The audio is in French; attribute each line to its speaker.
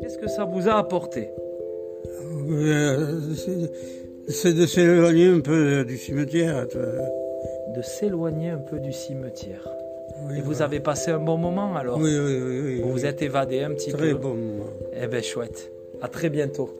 Speaker 1: Qu'est-ce que ça vous a apporté
Speaker 2: Euh, c'est- C'est de s'éloigner un peu du cimetière. tu vois.
Speaker 1: De s'éloigner un peu du cimetière.
Speaker 2: Oui,
Speaker 1: Et vous
Speaker 2: voilà.
Speaker 1: avez passé un bon moment alors
Speaker 2: Oui, oui, oui. oui,
Speaker 1: Vous vous
Speaker 2: oui.
Speaker 1: êtes évadé un petit
Speaker 2: Très
Speaker 1: peu
Speaker 2: bon moment.
Speaker 1: Eh ben chouette. À très bientôt.